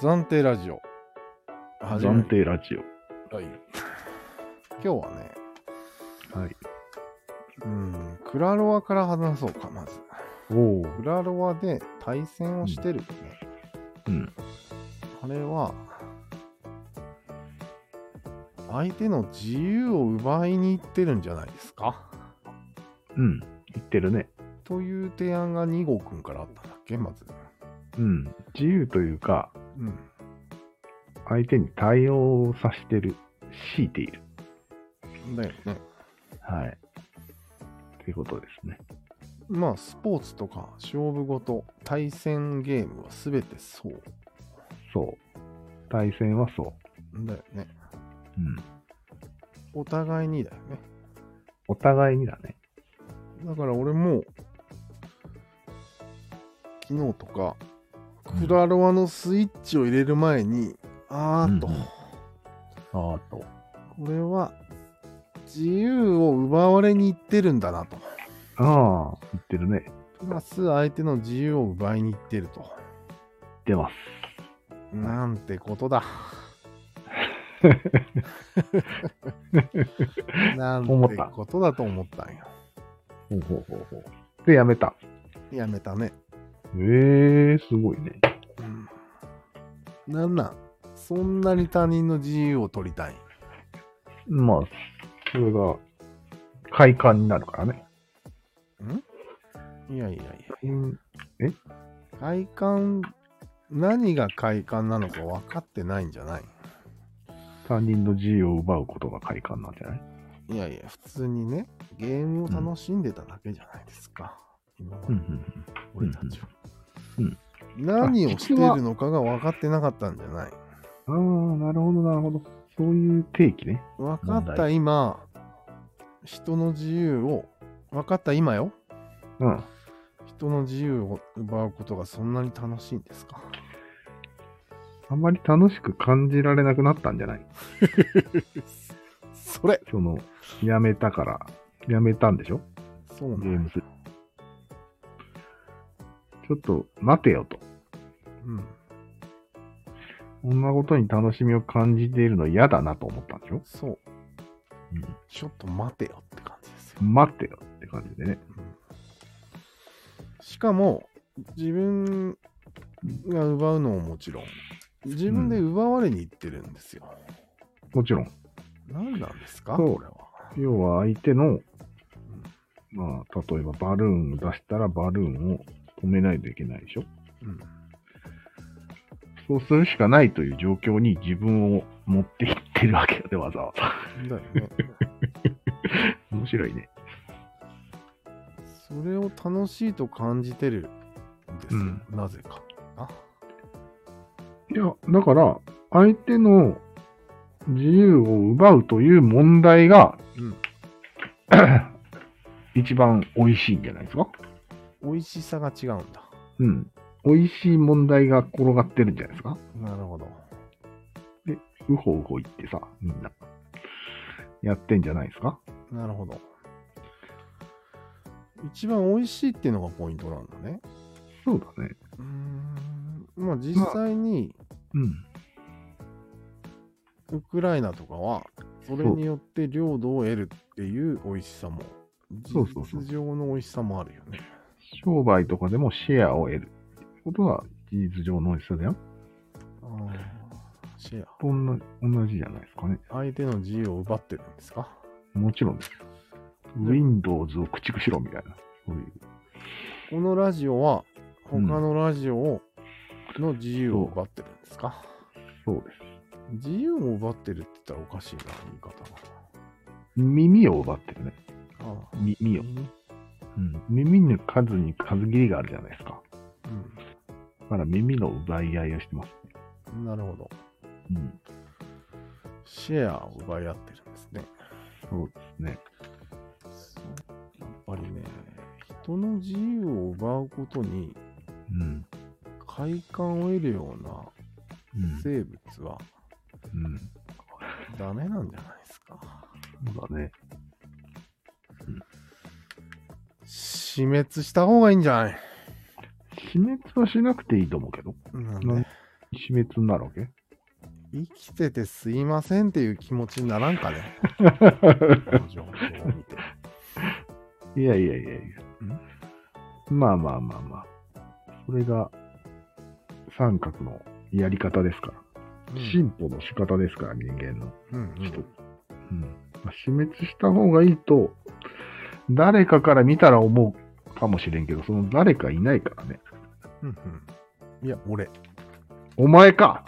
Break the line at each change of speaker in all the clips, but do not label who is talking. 暫定ラジオ。始まり
暫定ラジ
はい。今日はね、
オ。はい。
うん、クラロワから話そうか、まず。
おお。
クラロワで対戦をしてるね。
うん。
あれは、相手の自由を奪いに行ってるんじゃないですか
うん。言ってるね。
という提案が2号くんからあったんだっけ、まず。
うん。自由というか、
うん。
相手に対応をさしてる、強いている。
だよね。
はい。ということですね。
まあ、スポーツとか勝負ごと、対戦ゲームは全てそう。
そう。対戦はそ
だよね。
う。うん。
お互いにだよね。
お互いにだね。
だから俺も、昨日とか、
うん
クラロワのスイッチを入れる前に、あーっと、
うんうんあーと。
これは自由を奪われに行ってるんだなと。
ああ、言ってるね。
プラス相手の自由を奪いに行ってると。
出ます。
なんてこと だ。なんてことだと思ったんよ。
ほうほうほうほう。で、やめた。
やめたね。
ええすごいね。
うん、なんなんそんなに他人の自由を取りたいん
まあ、それが、快感になるからね。
いやいやい
うん。
や。快感、何が快感なのか分かってないんじゃない
他人の自由を奪うことが快感なんじゃない
いやいや、普通にね、ゲームを楽しんでただけじゃないですか。今ま
うんう
で
ん
俺たちは。
うん
何をしているのかが分かってなかったんじゃない
うん。ああ、なるほど、なるほど。そういう定義ね。
分かっ
問
た
題
今、人の自由を、分かった今よ、
うん。
人の自由を奪うことがそんなに楽しいんです か
あんまり楽しく感じられなくなったんじゃない
それ
その、やめたから、やめたんでしょ
そうな
ゲ
ん
ームする。ちょっと、待てよと。
うん。
こんなことに楽しみを感じているの嫌だなと思ったんでしょ、
そう。ちょっと待てよって感じですよ。
うん、待てよって感じでね。
しかも、自分が奪うのももちろん、自分で奪われに行ってるんですよ。
もちろん。
何なんですか
そう
これは。
要は相手の、まあ、例えばバルーンを出したらバルーンを止めないといけないでしょ
うん。
そうするしかないという状況に自分を持っていってるわけよね、わざ わざ。
だよね。
面白いね。
それを楽しいと感じてるんですよ。
うん
なぜか。あ
いや、だから、相手の自由を奪うという問題が、
うん。
一番美味しいんじゃないですか
美味しさが違うんだ。
うん。美味しい問題が転がってるんじゃないですか
なるほど。
うほうほ言ってさ、みんな。やってんじゃないですか
なるほど。一番美味しいっていうのがポイントなんだね。
そうだね。
うーん。まあ実際に、
うん。
ウクライナとかは、それによって領土を得るっていう美味しさも、
そう
事
そうそう
実上の美味しさもあるよね。
商売とかでもシェアを得るってことは事実上の美味しさだよ。
あーシェア。
そんな、同じじゃないですかね。
相手の自由を奪ってるんですか
もちろんです。Windows を駆逐しろみたいな。そういう。
このラジオは、他
うん
のラジオを、の自由を奪ってるんですか
そうです。
自由を奪ってるって言ったらおかしいな、言い方が。
耳を奪ってるね。
ああ
耳を。うん。耳の数に数切りがあるじゃないですか。だから耳の奪い合いをしてますね。
うん、なるほど。
うん。
シェアを奪い合ってるんですね。
そうですね。
やっぱりね、人の自由を奪うことに
うん。
快感を得るような
うん。
生物は
うん。
ダメなんじゃないですか。
そうだね。
死滅した方がいいんじゃない
死滅はしなくていいと思うけど。
なん
なん
で
一死滅になるわ け
生きててすいませんっていう気持ちにならんかね。この状況を見て。
いやいやいやいや。まあまあまあまあ。それが三角のやり方ですから。進歩の仕方ですから、人間の。
うんうん
一つうんまあ死滅した方がいいと、誰かから見たら思うかもしれんけど、その誰かいないからね。
うんうんいや、俺。い
お前か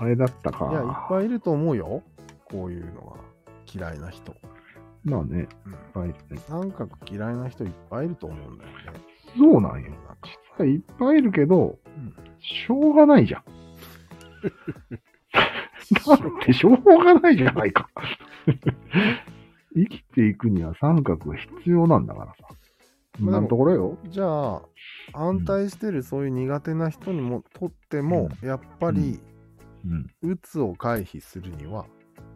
あれだったか。
や、いっぱいいると思うよ。こういうのが嫌いな人。
まあね、いっ
うん
ぱいいるね。
三角嫌いな人いっぱいいると思うんだよね。
そうなんよ
世。の中
実はいっぱいいるけど、
ん
しょうがないじゃん。だってしょうがないじゃないか。生きていくには三角が必要なんだからさ。
まあ
今のところよ。
じゃあ、反対してるそういう苦手な人にもとっても、やっぱり、
うん。
鬱を回避するには、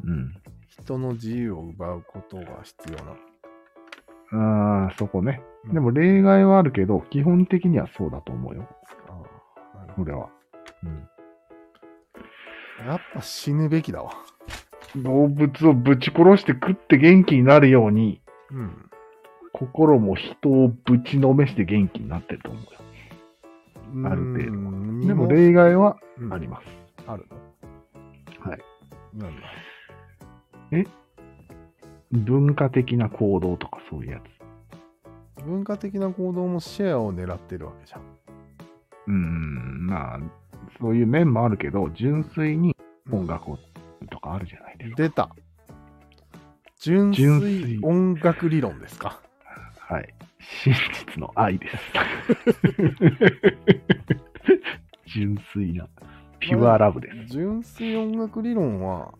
うん。
人の自由を奪うことが必要なの。
ああ、そこね
う。ん
でも例外はあるけど、基本的にはそうだと思うよ。
ああなるほ
俺は。
どやっぱ死ぬべきだわ。
動物をぶち殺して食って元気になるように、
うん。
心も人をぶちのめして元気になってると思うよ。ある程度
度
でも例外はあり
ま
ます。
す。あるの
はい。
なんだ
文化的な行動とかそういうやつ。
文化的な行動もシェアを狙ってるわけじゃん。
うん、まあ、そういう面もあるけど、純粋に音楽をとかあるじゃないです
出た。純
純
粋
粋
音楽理論ですか。
か。はい。真実の 愛です。純粋な、ピュアラブです。
純粋音楽理論は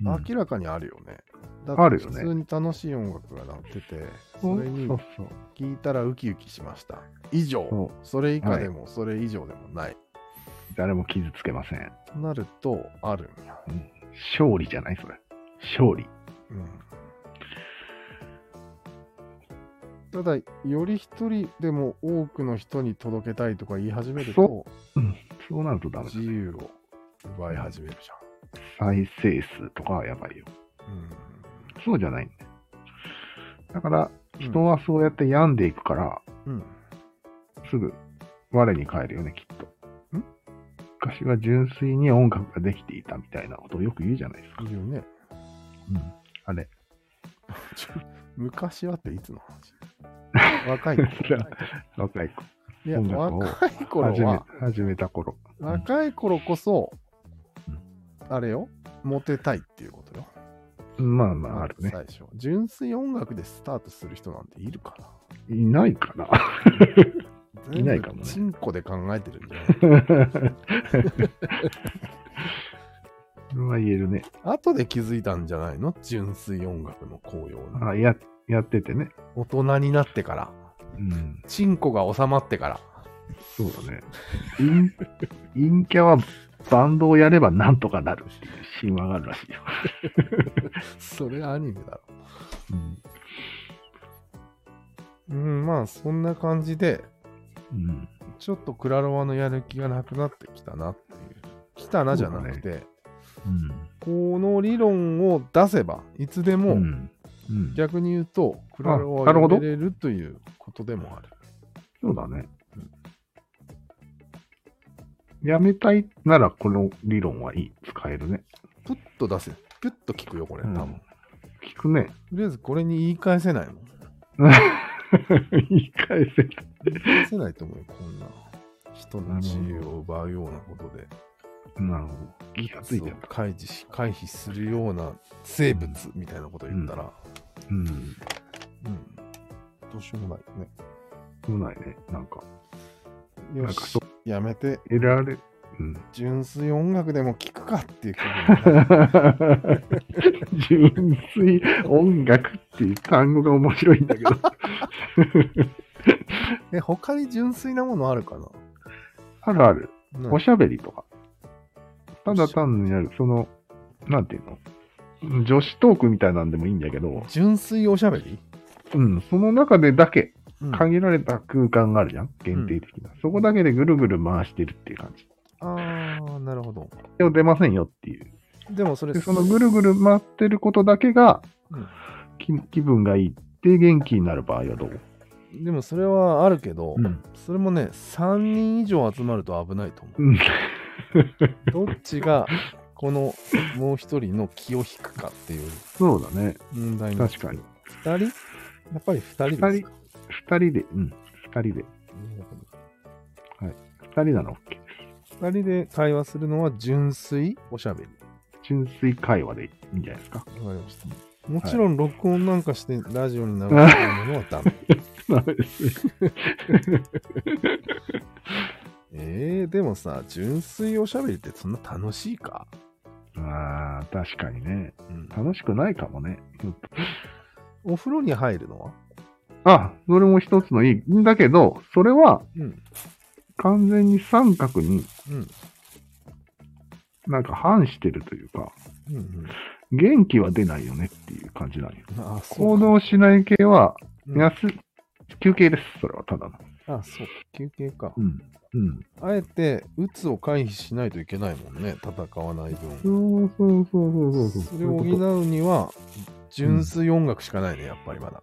うん
明らかにあるよね。だって
あるよね
普通に楽しい音楽が鳴ってて、
そ
そうれに
そうそう
聞いたらウキウキしました。以上、
そう
それ以下でもそれ以上でもない。
誰も傷つけません。
となると、あるんや。
勝利じゃないそれ。勝利。
うん、ただ、より一人でも多くの人に届けたいとか言い始めると
そ、そうなるとダメだ
自。由を奪い始めるじ
再生数とかはやばいよ。
ゃん。うん
そうじゃないんだよ。だから、
うん
人はそうやって病んでいくから、
うん、
すぐ我に返るよね、きっと
ん。
昔は純粋に音楽ができていたみたいなことをよく言うじゃないですか。
いいよね。
うん、あれ。
ちょ昔はっていつの 話若い
それ
頃
は。若い
いや、
音楽を
若い
頃。
頃
始め
は、
始めた頃。
若い頃こそ
うん、
あれよ、モテたいっていうことよ。
うんまあまあ、あるね。
最初。純粋音楽でスタートする人なんているかない
ないかな。いないかもね
全部チンコで考えてるんじ ゃない
それは言えるね。
後で気づいたんじゃないの純粋音楽の紅葉に。
あややっててね。
大人になってから、
うん、
チンコが収まってから。
そうだね。陰陰キャはバンドをやればなんとかなるっていう神話があるらしいよ。
それアニメだろ。
う
う
ん
ん、まあそんな感じで、
うん、
ちょっとクラロワのやる気がなくなってきたなっていう。来たなじゃなくて、この理論を出せば、いつで
うん
も、
うんうん、
逆に言うと、クラロワを
なるほど
やめれるということでもある。
そうだね。やめたいならこの理論はいい。使えるね。
プッと出せ。ピュッと聞くよ、これ。多
うん
分。
聞くね。
とりあえずこれに言い返せないもん。
言い返せない。
言い返せないと思うよ、こんな。人の自由を奪うようなことで、
なるほど。気がついて
そう
る。
開示し回避するような生物みたいなこと言ったら、
うん。
うん、どうしようもないよね。
そうないね。なんか、
よ
なんか
し
そ、
やめて、
得られ、うん。
純粋音楽でも聴くかっていう気分になる
純粋音楽っていう単語が面白いんだけど。
え、他に純粋なものあるかな
あるある。
なん
おしゃべりとか。ただ単にある、その、なんていうの女子トークみたいなんでもいいんだけど、
純粋おしゃべり、
うん、その中でだけ、
うん
限られた空間があるじゃん限定的な。そこだけでぐるぐる回してるっていう感じ。
ああ、なるほど。
でも出ませんよっていう。
でもそれ
で、そのぐるぐる回ってることだけが、
うん
気気分がいいって元気になる場合はどう、
でもそれはあるけど、
うん
それもね、3人以上集まると危ないと思う。
うん、
どっちがこのもう一人の気を引くかっていう
そうだね。
問題になって
確
く
か
る2
に。。
人やっぱり2人ですか。
二人で、うん、二人で、二人なの OK。
2人で会話するのは純粋おしゃべり。
純粋会話でいいんじゃないですか。
わ かりました。もちろん録音なんかしてラジオに流れてるものはダメ。
ダメです。
えー、でもさ、純粋おしゃべりってそんな楽しいか、
ああ、確かにね。
うん、
楽しくないかもね。ひょっと
お風呂に入るのは
あ、それも一つのいい。んだけど、それは
うん。
完全に三角に
うん。
なんか反してるというか、
うん、うん。
元気は出ないよねっていう感じなんよ。
あ、そ
行
うか。
動しない系は、
うん
休、休憩です。それはただの。
あ、そう。休憩か。
うん。うん。
あえて、鬱を回避しないといけないもんね。戦わない分。
そうそうそうそうそう。
それを補うには、純粋音楽しかないね、やっぱりまだ。